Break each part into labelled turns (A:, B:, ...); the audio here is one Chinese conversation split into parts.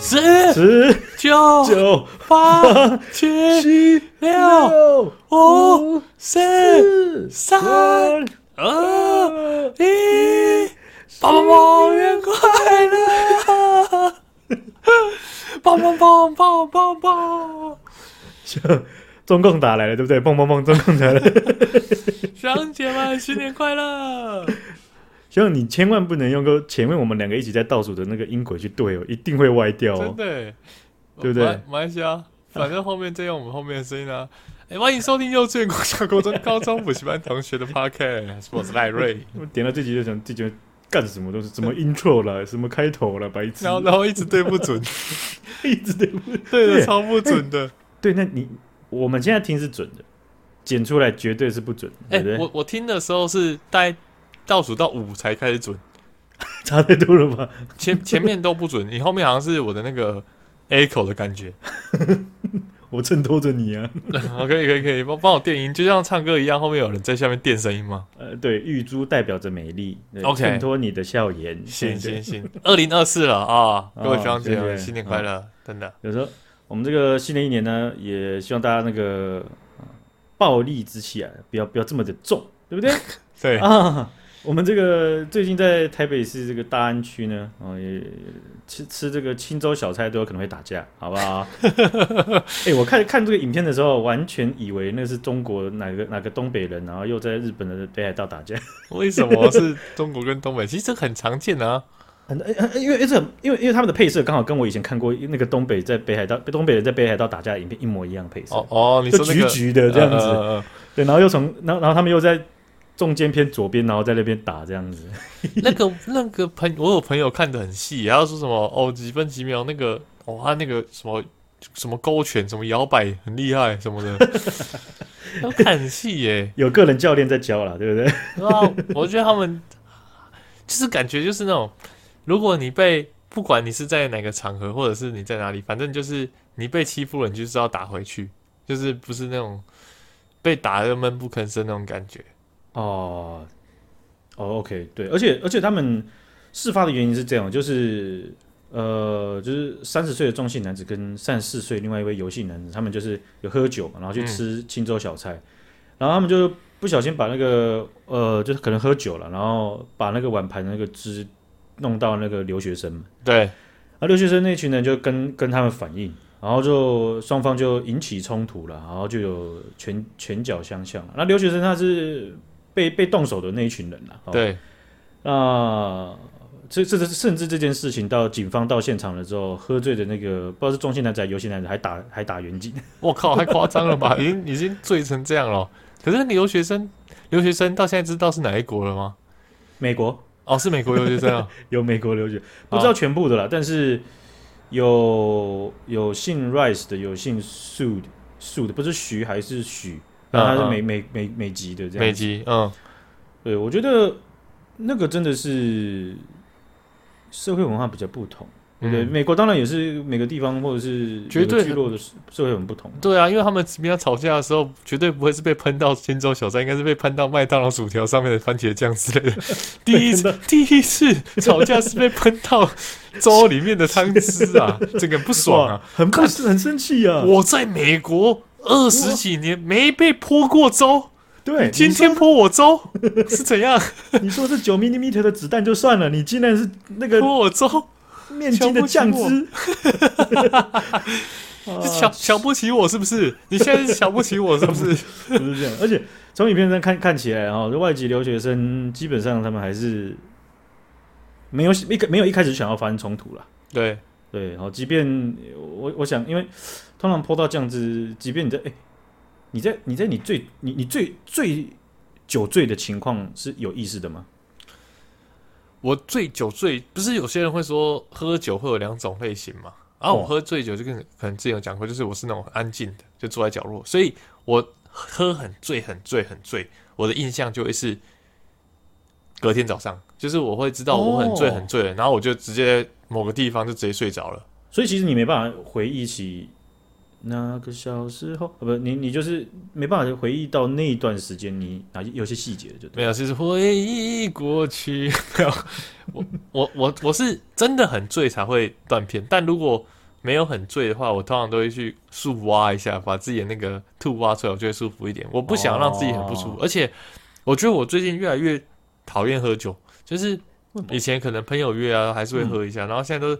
A: 十
B: 十
A: 九
B: 九
A: 八七
B: 七
A: 六
B: 六
A: 五四
B: 四
A: 三
B: 三
A: 二
B: 二
A: 一，棒棒棒，元快乐！棒棒棒棒棒棒，
B: 中共打来了，对不对？蹦蹦蹦，中共打来了。
A: 学长姐们新年快乐！
B: 希望你千万不能用个前面我们两个一起在倒数的那个音轨去对哦，一定会歪掉
A: 真
B: 哦。
A: 的耶，
B: 对不对
A: 马马来西亚，反正后面再用我们后面的声音啊。哎，欢迎收听幼稚园、国小、国中、高中补习班同学的 Podcast，我是赖瑞。
B: 我点到这集就想，这集干什么都是什么 intro 啦，什么开头啦，白痴
A: 然，后，然后一直对不准，
B: 一直对不对？
A: 对
B: 对
A: 的，超不准的。
B: 对，那你我们现在听是准的，剪出来绝对是不准的，
A: 哎、
B: 对不
A: 我
B: 对？
A: 我听的时候是大概倒数到五才开始准，
B: 差太多了吧？
A: 前前面都不准，你后面好像是我的那个 echo 的感觉。
B: 我衬托着你啊。
A: 好，可以可以可以，帮帮我电音，就像唱歌一样，后面有人在下面垫声音吗？
B: 呃，对，玉珠代表着美丽对
A: OK
B: 衬托你的笑颜。
A: 行
B: 对
A: 行，行，二零二四了啊、各位
B: 哦
A: 学长姐
B: 对对
A: 们，新年快乐，真的。
B: 对有时候我们这个新的一年呢，也希望大家那个呃暴力之气啊，不要不要这么的重，对不对？
A: 对，
B: 啊，我们这个最近在台北市这个大安区呢，哦，也吃吃这个青州小菜都有可能会打架，好不 好？哎、我看看这个影片的时候，完全以为那是中国哪个哪个东北人，然后又在日本的北海道打架。
A: 为什么是中国跟东北？其实这个很常见啊。
B: 很呃呃因为因为这个因为因为他们的配色刚好跟我以前看过那个东北在北海道东北人在北海道打架的影片一模一样的配色，
A: 哦哦，你
B: 就
A: 说那
B: 橘
A: 个
B: 橘的这样子，
A: 呃呃呃
B: 对，然后又从然后然后他们又在中间偏左边，然后在那边打这样子。
A: 那个那个朋，我有朋友看得很细，然后说什么哦几分几秒那个哦他那个什么什么勾拳什么摇摆很厉害什么的，要看很细耶。
B: 有个人教练在教啦，对不对？
A: 然后我觉得他们就是感觉就是那种，如果你被不管你是在哪个场合或者是你在哪里，反正就是你被欺负了，你就是要打回去，就是不是那种被打的闷不吭声那种感觉。
B: 哦，哦，OK，对，而且而且他们事发的原因是这样，就是呃，就是三十岁的中性男子跟三十四岁另外一位游戏男子，他们就是有喝酒嘛，然后去
A: 嗯
B: 吃青州小菜，然后他们就不小心把那个呃，就是可能喝酒了，然后把那个碗盘的那个汁弄到那个留学生嘛，
A: 对，
B: 然后留学生那群人就跟跟他们反映。然后就双方就引起冲突了，然后就有拳拳脚相向。那留学生他是被被动手的那一群人啦。哦、
A: 对，
B: 那这这这甚至这件事情到警方到现场了之后，喝醉的那个不知道是中性男子还是游性男子，还打还打远景。
A: 我 靠，太夸张了吧？已经已经醉成这样了。可是留学生，留学生到现在知道是哪一国了吗？
B: 美国
A: 哦，是美国留学生 啊。
B: 有美国留学，不知道全部的啦，但是有有姓 Rice 的，有姓 Sud Sud 不是徐还是许，然后他是美、美美美籍的这样子。
A: 美籍，嗯，
B: 对，我觉得那个真的是社会文化比较不同。对不对，
A: 嗯
B: 美国当然也是每个地方或者是每个
A: 绝对
B: 聚落的社会很不同。
A: 对啊，因为他们平常吵架的时候，绝对不会是被喷到荆州小站，应该是被喷到麦当劳薯条上面的番茄酱之类 的。第一次，第一次吵架是被喷到粥里面的汤汁 啊，这个不爽啊！
B: 哇，很不很生气啊！
A: 我在美国二十几年没被泼过粥，
B: 对，
A: 今天泼我粥是怎样？
B: 你说这九 millimeter 的子弹就算了，你竟然是那个
A: 泼我粥。
B: 面筋的酱
A: 瞧
B: 汁，
A: 是瞧瞧不起我是不 是？你现在是瞧不起我是不是？
B: 不是这样。而且从影片上看看起来，哈，这外籍留学生基本上他们还是没有一个没有一开始想要发生冲突啦。
A: 对，
B: 对，好，即便呃我我想，因为通常泼到酱汁，即便你在哎、你在你在你最你你最最酒醉的情况是有意识的吗？
A: 我醉酒醉，不是有些人会说喝酒会有两种类型嘛？然后我
B: 哦
A: 喝醉酒就跟可能之前有讲过，就是我是那种很安静的，就坐在角落，所以我喝很醉很醉很醉，我的印象就会是隔天早上，就是我会知道我很醉
B: 哦
A: 很醉了，然后我就直接某个地方就直接睡着了。
B: 所以其实你没办法回忆起那个小时候，呃，不，你你就是没办法回忆到那一段时间，你哪些有些细节就对。
A: 没有，就是回忆过 去。没有，我我我我是真的很醉才会断片，但如果没有很醉的话，我通常都会去速挖一下，把自己的那个吐挖出来，我就会舒服一点。我不想让自己很不舒服，
B: 哦
A: 而且我觉得我最近越来越讨厌喝酒，就是以前可能朋友约啊，还是会喝一下，然后现在都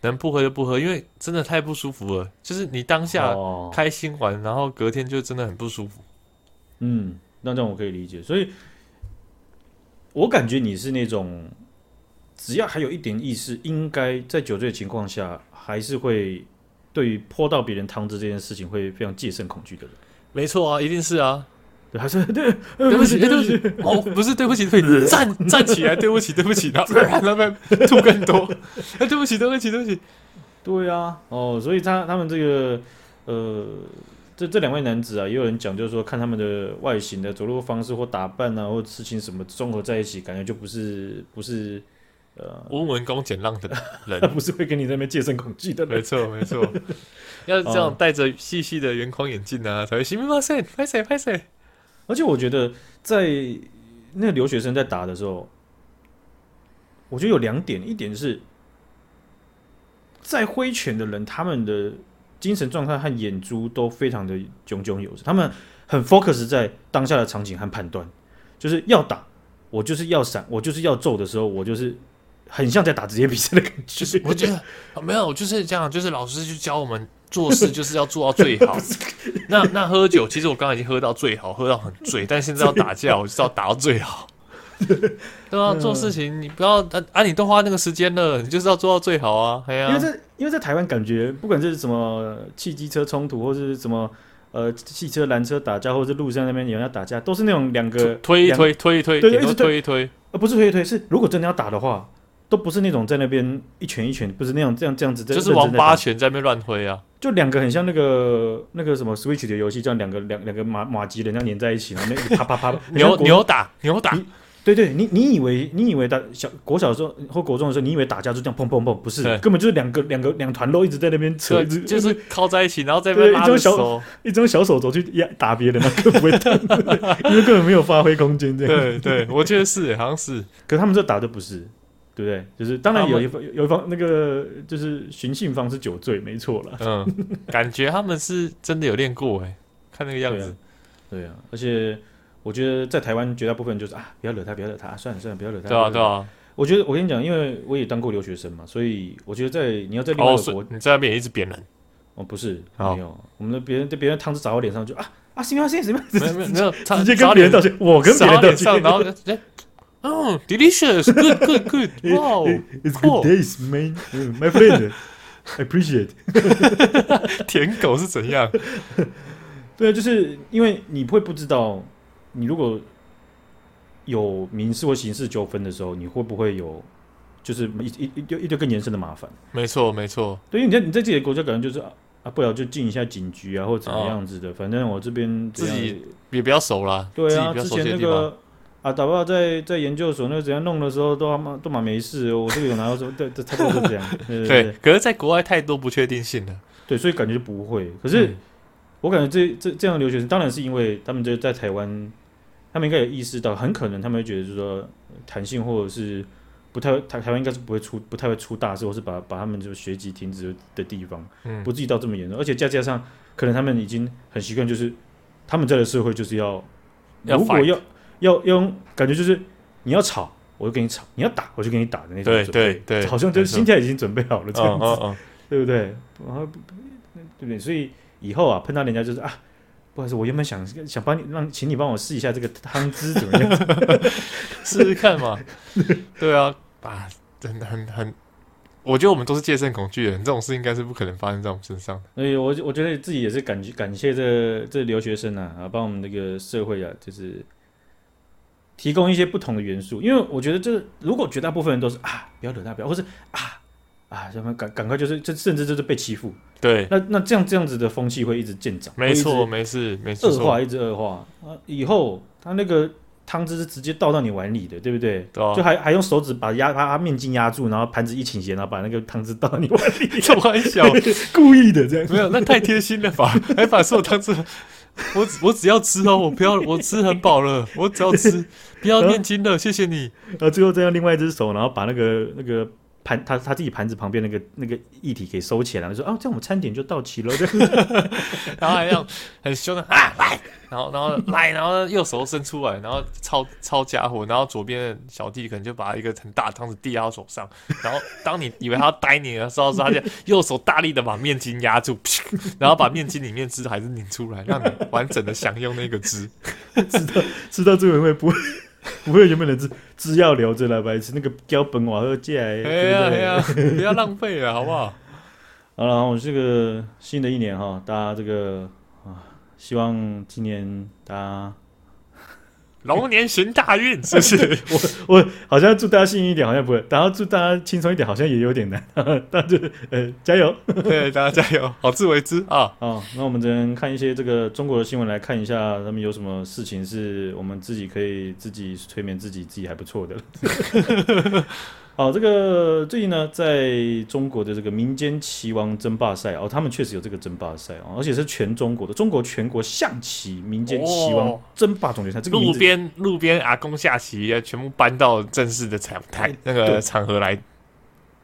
A: 能不喝就不喝，因为真的太不舒服了。就是你当下
B: 哦
A: 开心完，然后隔天就真的很不舒服。
B: 嗯，那这样我可以理解。所以，我感觉你是那种，只要还有一点意识，应该在酒醉的情况下，还是会对于泼到别人汤汁这件事情会非常戒慎恐惧的人。
A: 没错啊，一定是啊。
B: 对，还是对，
A: 对
B: 对
A: 不起，
B: 对
A: 对不，起，哦，不是对不起，对不起，站站起来，对不起，对不起，然 后然后被吐更多，哎，对不起，对不起，对不起，
B: 对啊， 哦，所以他他们这个呃，这这两位男子啊，也有人讲，就是说看他们的外形的走路方式或打扮啊，或事情什么综合在一起，感觉就不是不是呃，
A: 温文恭俭让的
B: 他
A: 人，
B: 不是会跟你在那边戒慎恐惧的 人
A: 没。错没错，哦要这样戴着细细的圆框眼镜啊，才会行。哇塞，拍谁拍谁，
B: 而且我觉得在那个留学生在打的时候，我觉得有两点，一点是在挥拳的人，他们的精神状态和眼珠都非常的炯炯有神，他们很 focus 在当下的场景和判断，就是要打，我就是要闪，我就是要揍的时候，我就是很像在打职业比赛的感觉。
A: 我觉得啊没有，就是这样，就是老师去教我们做事就是要做到最好。 那那喝酒，其实我刚刚已经喝到最好，喝到很醉，但现在要打架，我就是要打到最 好。对啊，做事情你不要啊啊！你都花那个时间了，你就是要做到最好啊！哎呀、
B: 因为在因为在台湾感觉，不管是什么汽机车冲突，或是什么呃汽车拦车打架，或是路上那边有人要打架，都是那种两个
A: 推一，
B: 两
A: 推，推一推，
B: 对
A: 顶多
B: 一直推
A: 推一推。
B: 呃不是推一推，是如果真的要打的话，都不是那种在那边一拳一拳，不是那样这样这样子在，
A: 就是
B: 认真
A: 王
B: 在
A: 八
B: 打
A: 拳在那边乱挥啊！
B: 就两个很像那个那个什么 Switch 的游戏，叫两个两两个马马吉人家粘在一起，然后那个啪 啪啪，很像
A: 扭
B: 国
A: 扭打，扭打，
B: 对对，你你以为你以为打小国小的时候或国中的时候，你以为打架就这样砰砰砰，不是
A: 对，
B: 根本就是两个两个两团肉一直在那边扯，
A: 对
B: 一直，
A: 就是靠在一起，然后在那边
B: 对
A: 拉
B: 就
A: 着
B: 小
A: 手。
B: 一直用小手肘去压打别人，那更不会痛，因为根本没有发挥空间这样。
A: 对对，我觉得是，好像是。
B: 可是他们这打的不是，对不对？就是当然
A: 他们
B: 有一方有一方那个就是寻衅方是酒醉，没错啦。
A: 嗯，感觉他们是真的有练过 哎、看那个样
B: 对
A: 子
B: 啊。对啊，而且我觉得在台湾绝大部分就是啊，不要惹他，不要惹他，啊算了算了，不要惹他。
A: 对啊
B: 不
A: 对
B: 要惹他。
A: 啊。
B: 我觉得我跟你讲，因为我也当过留学生嘛，所以我觉得在你啊要在另外
A: 哦，
B: 一个
A: 所
B: 国
A: 以你在那边也一直扁人，
B: 哦，不是
A: 好
B: 没有，我们的别人对别人汤汁洒我脸上就啊啊，什么什么什么，
A: 没有没有没有，
B: 直
A: 直
B: 接跟别人道歉，我跟别人道歉
A: 上，。然后就直 接。嗯，delicious，good good good，哇
B: Oh,
A: 哦，
B: It's
A: Cool.
B: good days, man. My friend, I appreciate.
A: 舔狗是怎样？
B: 对啊，就是因为你会不知道，你如果有民事或刑事纠纷的时候，你会不会有就是一一一堆一堆更延伸的麻烦？
A: 没错没错，
B: 对，因为你在你在自己的国家，感觉就是啊，啊不了就进一下警局啊，或者怎么样子的。反正我这边怎样
A: 哦自己也比较熟啦，
B: 对
A: 自己
B: 啊，
A: 比较
B: 之
A: 熟
B: 前
A: 悉
B: 那
A: 的地方。
B: 个啊，打爆在在研究所那个怎样弄的时候，都他妈都蛮没事。我这个有拿到什么？对，对差不多是这样。对对
A: 对，可是在国外太多不确定性了。
B: 对，所以感觉就不会。可是。
A: 嗯
B: 我感觉这这这样的留学生，当然是因为他们就在台湾，他们应该有意识到，很可能他们会觉得就是说弹性或者是不太台台湾应该是不会出不太会出大事，或是把把他们就学籍停止的地方，
A: 嗯
B: 不至于到这么严重。而且再加上可能他们已经很习惯，就是他们在的社会就是要，
A: 要
B: 如果
A: fight
B: 要要要用感觉就是你要吵我就跟你吵，你要打我就跟你打的那种
A: 对
B: 准备，
A: 对嗯对，
B: 好像就是
A: 没
B: 心态已经准备好了这
A: 错嗯
B: 样子。
A: 嗯嗯，
B: 对不对？然后对不对？所以以后啊，碰到人家就是啊，不好意思，我原本想想帮你让，请你帮我试一下这个汤汁怎么 样？
A: 试试看嘛。 对啊，啊，真的很很，我觉得我们都是戒慎恐惧的人，这种事应该是不可能发生在我们身上的。
B: 所以我我觉得自己也是感觉感谢这这留学生啊，啊，帮我们这个社会啊，就是提供一些不同的元素。因为我觉得这如果绝大部分人都是啊，不要惹他，不要，或是啊。啊，什么赶赶快就是，就甚至就是被欺负，
A: 对，
B: 那那这样这样子的风气会一直见长，
A: 没
B: 会一直
A: 错，没事，没
B: 恶化，
A: 错，
B: 一直恶化。啊，以后他那个汤汁是直接倒到你碗里的，对不对？
A: 对啊
B: 就，还还用手指把压把它面巾压住，然后盘子一倾斜，然后把那个汤汁倒到你碗里，
A: 开玩笑，
B: 故意的这样。
A: 没有，那太贴心了吧？还把所有当成我只我只要吃哦，我不要，我吃很饱了，我只要吃，不要念经了，谢谢你。
B: 然后最后再用另外一只手，然后把那个那个盘他他自己盘子旁边那个那个液体给收起来，然后就说哦，这样我们餐点就到齐了。
A: 然后还这样很凶的啊来，然后然后来，然后右手伸出来，然后抄抄家伙，然后左边的小弟可能就把一个很大的汤匙递到他手上，然后当你以为他要逮你的时候，是他就 右手大力的把面筋压住， 然后把面筋里面汁还是拧出来，让你完整的享用那个汁。
B: 吃到最后会不会不会原本的汁汁要留着了，白痴那个标本瓦要借来，
A: 哎
B: 对
A: 呀
B: 不
A: 哎
B: 对？
A: 呀，不要浪费了，好不好？
B: 好了，我这个新的一年哈，大家这个啊，希望今年大家，
A: 龙年行大运，是不是？
B: 我好像祝大家幸运一点，好像不会，然后祝大家轻松一点，好像也有点难，但是呃，加油
A: 对，大家加油，好自为之啊！
B: 好，那我们只能看一些这个中国的新闻来看一下，他们有什么事情是我们自己可以自己催眠自己，自己还不错的。 好，这个最近呢，在中国的这个民间棋王争霸赛哦，他们确实有这个争霸赛哦，而且是全中国的，中国全国象棋民间棋王
A: 哦
B: 争霸总决赛，这个名
A: 路
B: 字
A: 边路边阿公下棋，全部搬到正式的场台那个
B: 对
A: 场合来，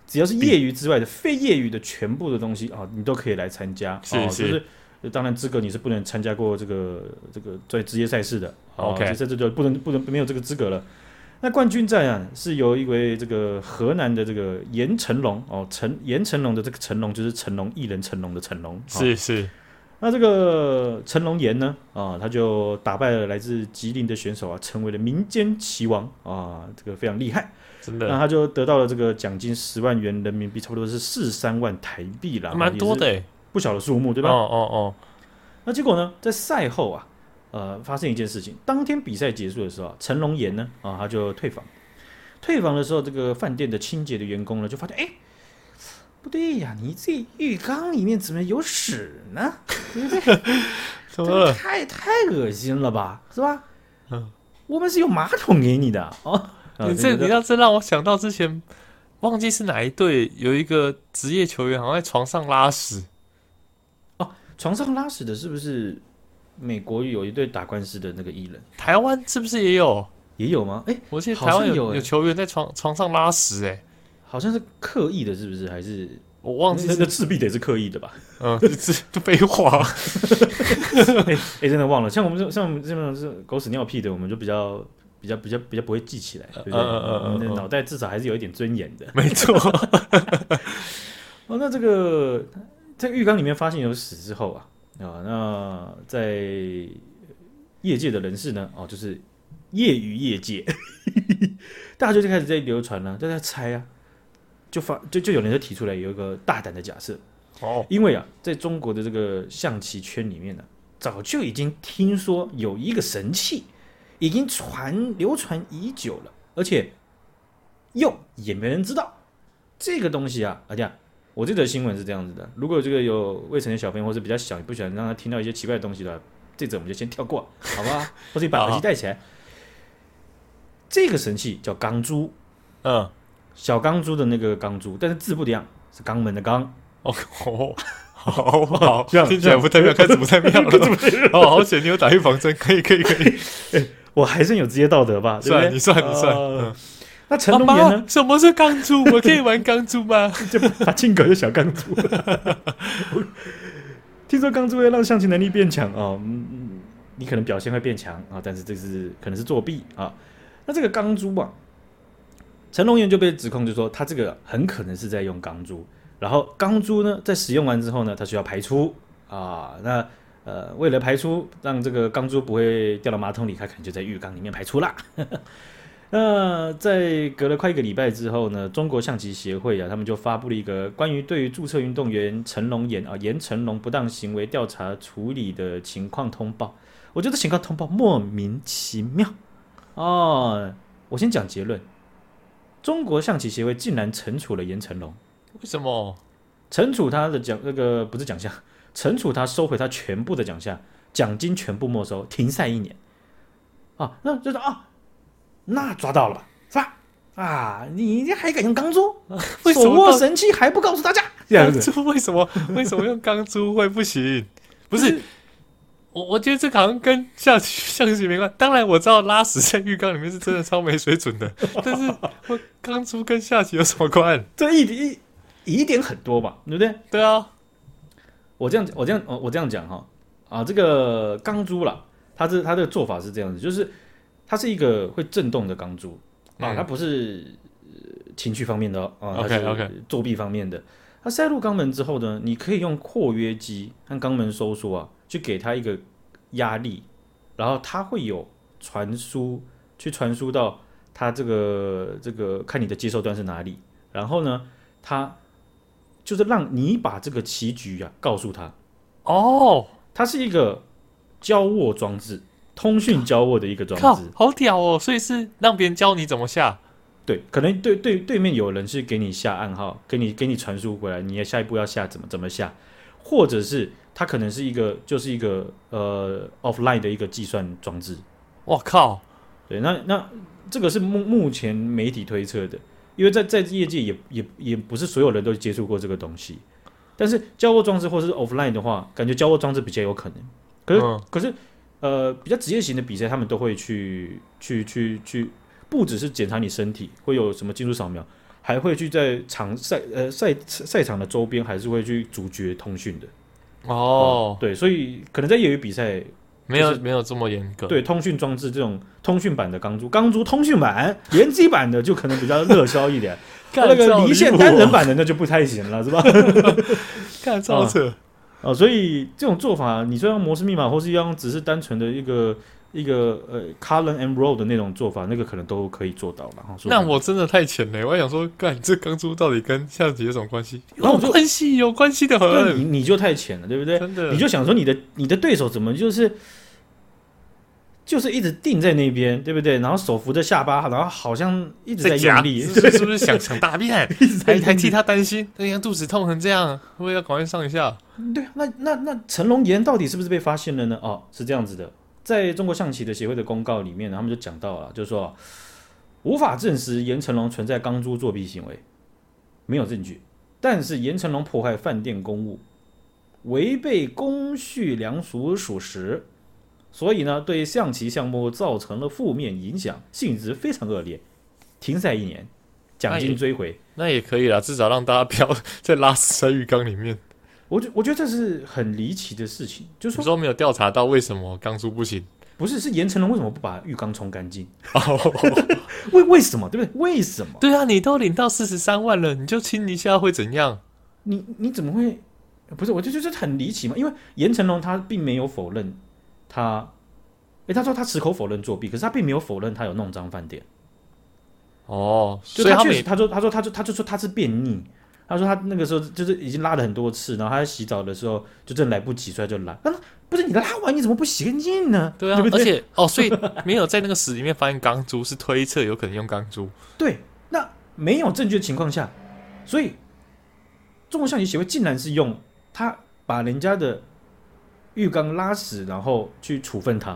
B: 只要是业余之外的、非业余的全部的东西啊、你都可以来参加。
A: 是
B: 哦、
A: 是
B: 就是呃当然资格你是不能参加过这个这个在职业赛事的。哦
A: OK
B: 职业赛事就不能不能没有这个资格了。那冠军战啊，是由一位这个河南的这个严成龙哦，成严成龙的这个成龙就是成龙艺人成龙的成龙。哦
A: 是是
B: 那这个成龙岩呢，啊，他就打败了来自吉林的选手啊，成为了民间棋王啊，这个非常厉害。
A: 真
B: 那
A: 的
B: 他就得到了这个奖金十万元人民币，差不多是四三万台币啦，
A: 蛮多的，欸，
B: 不小的数目，对
A: 哦
B: 吧？
A: 哦
B: 那结果呢，在赛后啊，呃，发生一件事情，当天比赛结束的时候啊，成龙岩呢，啊，他就退房，退房的时候，这个饭店的清洁的员工呢，就发现，哎，不对呀，你这浴缸里面怎么有屎呢？
A: 哦，怎么
B: 这个
A: 了？
B: 太太恶心了吧，是吧？
A: 嗯，
B: 我们是有马桶给你的哦。啊
A: 你
B: 这
A: 这
B: 个
A: 你知道这让我想到之前忘记是哪一队有一个职业球员好像在床上拉屎，
B: 床上拉屎的是不是美国有一对打官司的那个艺人？
A: 台湾是不是也有？
B: 也有吗？哎、
A: 我记得
B: 好
A: 台湾
B: 像
A: 有
B: 有欸
A: 有球员在床床上拉屎，哎，
B: 好像是刻意的，是不是？还是
A: 我忘记
B: 那
A: 是
B: 个自闭的也是刻意 的吧？
A: 嗯，这这这废话，
B: 哎、哎真的忘了。像我们这像我们这种是狗屎尿屁的，我们就比较比较比较比较不会记起来，对不对？
A: 嗯嗯嗯嗯
B: 我们
A: 嗯
B: 的脑袋至少还是有一点尊严的。
A: 没 错，
B: 哦，那这个在浴缸里面发现有屎之后啊，啊，那在业界的人士呢，哦，就是业余业界， 大家就开始在流传了、就在猜啊，就发就就有人就提出来有一个大胆的假设，
A: 哦，
B: 因为啊，在中国的这个象棋圈里面呢、早就已经听说有一个神器，已经传流传已久了，而且用也没人知道。这个东西啊，啊这样，我这则新闻是这样子的：如果这个有未成年小朋友或者比较小，你不喜欢让他听到一些奇怪的东西的话，这则我们就先跳过，好不好？或者你把耳机戴起来。这个神器叫钢珠，
A: 嗯，
B: 小钢珠的那个钢珠，但是字不一样，是肛门的肛。
A: 哦哦。 好好，
B: 这样
A: 听起来不太妙，开 始不太妙哎了。哦，好险，你有打预防针，可以可以可以，
B: 我还算有职业道德吧，对不对？
A: 算你算你算。
B: 呃
A: 嗯
B: 那成龙
A: 爸
B: 岩
A: 爸
B: 呢？
A: 什么是钢珠？我可以玩钢珠吗？
B: 就把进口就小钢珠。 听说钢珠会让象棋能力变强哦，嗯嗯，你可能表现会变强啊、但是这是可能是作弊啊、那这个钢珠啊，成龙岩就被指控就说他这个很可能是在用钢珠，然后钢珠呢在使用完之后呢，它需要排出啊，那。呃，为了排出，让这个钢珠不会掉到马桶里，它可能就在浴缸里面排出啦。那在隔了快一个礼拜之后呢，中国象棋协会啊，他们就发布了一个关于对于注册运动员陈龙岩啊严成龙不当行为调查处理的情况通报。我觉得情况通报莫名其妙哦。我先讲结论，中国象棋协会竟然惩处了严成龙，
A: 为什么？
B: 惩处他的奖那个不是奖项，惩处他收回他全部的奖项，奖金全部没收，停赛一年。啊，那就是啊，那抓到了吧，是吧？啊，你这还敢用钢 珠？
A: 为什
B: 手
A: 么
B: 握
A: 到
B: 神器还不 告 诉大家？这样
A: 钢
B: 子，
A: 珠为什么为什么用钢珠会不行？不是，我我觉得这个好像跟下棋象棋没关。当然我知道拉屎在浴缸里面是真的超没水准 的，但是我钢珠跟下棋有什么关？
B: 这一一疑点很多吧，对不对？
A: 对啊，
B: 我这样，我这样，我我这样讲哈，啊，这个钢珠啦，它这它的做法是这样子，就是它是一个会震动的钢珠啊，
A: 嗯
B: 它不是呃情绪方面的哦啊，它
A: OK，OK
B: 是作弊方面的。它塞入肛门之后呢，你可以用括约肌和肛门收缩啊，去给它一个压力，然后它会有传输，去传输到它这个这个看你的接受端是哪里，然后呢，它就是让你把这个棋局啊告诉他，
A: 哦，
B: 它是一个交握装置，通讯交握的一个装
A: 靠
B: 置。，
A: 好屌哦！所以是让别人教你怎么下，
B: 对，可能对对对面有人是给你下暗号，给你给你传输回来，你下一步要下怎么怎么下，或者是它可能是一个就是一个呃 offline 的一个计算装置。
A: 我靠，
B: 对，那那这个是目目前媒体推测的，因为在在业界也也也不是所有人都接触过这个东西。但是交互装置或是 offline 的话，感觉交互装置比较有可能。可是、
A: 嗯
B: 可是呃，比较职业型的比赛，他们都会去去去去，不只是检查你身体，会有什么技术扫描，还会去在场赛呃赛赛场的周边，还是会去阻绝通讯的。
A: 哦，
B: 对，所以可能在业余比赛，
A: 没有
B: 嗯就是
A: 没有这么严格，
B: 对通讯装置这种通讯版的钢珠，钢珠通讯版、联机版的就可能比较热销一点，
A: 干，
B: 那个
A: 超
B: 离线
A: 离谱哦
B: 单人，版的那就不太行了，是吧？
A: 干超扯，
B: 哦，所以这种做法，你说用模式密码，或是要用只是单纯的一个一个呃 column and row 的那种做法，那个可能都可以做到了。哈说
A: 那
B: 不定
A: 我真的太浅了。我还想说，干这钢珠到底跟下棋有什么关系？
B: 然
A: 有
B: 后我就
A: 关系，有关系的
B: 对你
A: 很，
B: 你就太浅了，对不对？
A: 真的，
B: 你就想说你的你的对手怎么就是就是一直定在那边，对不对？然后手扶着下巴，然后好像一直在
A: 夹
B: 用力，
A: 是不是是不是想想大便？
B: 一直在
A: 还
B: 用
A: 还
B: 力
A: 替他担心，那样肚子痛成这样，会不会要赶快上一下？
B: 对啊，那那那成龙岩到底是不是被发现了呢？哦，是这样子的，在中国象棋的协会的公告里面呢，他们就讲到了，就是说无法证实严成龙存在钢珠作弊行为，没有证据。但是严成龙破坏饭店公务，违背公序良俗属实，所以呢，对象棋项目造成了负面影响，性质非常恶劣，停赛一年，奖
A: 那
B: 金
A: 也
B: 追回。
A: 那也可以啦，至少让大家不要再拉屎在浴缸里面。
B: 我觉我觉得这是很离奇的事情，就是
A: 你
B: 说
A: 说没有调查到为什么钢珠不 行？
B: 不是，是严成龙为什么不把浴缸冲干净？
A: 哦，
B: 为为什么？对不对？为什么？
A: 对啊，你都领到四十三万了，你就亲一下会怎样？
B: 你你怎么会？不是，我就觉得这很离奇嘛。因为严成龙他并没有否认他，诶，他说他矢口否认作弊，可是他并没有否认他有弄脏饭店。
A: 哦，
B: 就
A: 所以
B: 他
A: 他
B: 确
A: 们
B: 实，
A: 也
B: 他说他说他就他就说他是便秘，他说他那个时候就是已经拉了很多次，然后他在洗澡的时候就真的来不及，所以他就拉。那不是你拉完你怎么不洗干净呢？
A: 对啊
B: 对不，对
A: 而且哦，所以没有在那个屎里面发现钢珠，是推测有可能用钢珠。
B: 对，那没有证据的情况下，所以中国象棋协会竟然是用他把人家的浴缸拉屎，然后去处分他，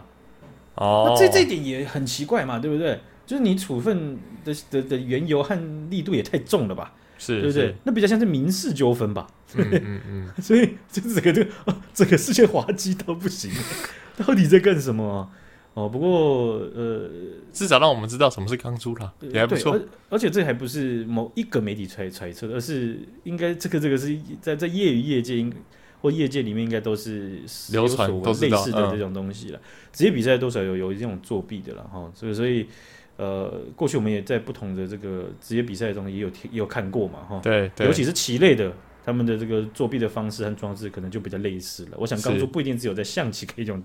A: 哦
B: 那，啊这这一点也很奇怪嘛，对不对？就是你处分的的的缘由和力度也太重了吧，
A: 是，
B: 对不对
A: 是？？
B: 那比较像是民事纠纷吧，
A: 嗯嗯嗯，
B: 所以这整个这个、哦、整个世界滑稽到不行， 到底在干什么啊、哦，不过呃，
A: 至少让我们知道什么是钢珠啦，也还不
B: 对
A: 错。
B: 而而且这还不是某一个媒体揣揣测的，而是应该这个这个是在在业余业界应或业界里面应该都是
A: 流传
B: 有所
A: 都知
B: 类
A: 道
B: 似的
A: 嗯
B: 这种东西了。职业比赛多少有有这种作弊的了哈，所以所以呃，过去我们也在不同的这个职业比赛中也有听也有看过嘛哈，
A: 对对，
B: 尤其是棋类的。他们的这个作弊的方式和装置可能就比较类似了。我想刚
A: 是
B: 说不一定只有在象棋可以用，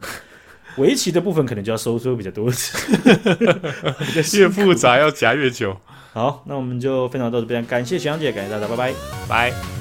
B: 围棋的部分可能就要收缩比较多，比较辛
A: 越
B: 苦
A: 复杂要夹越久。
B: 好，那我们就分享到这边，感谢学长姐，感谢大家，拜拜。
A: 拜。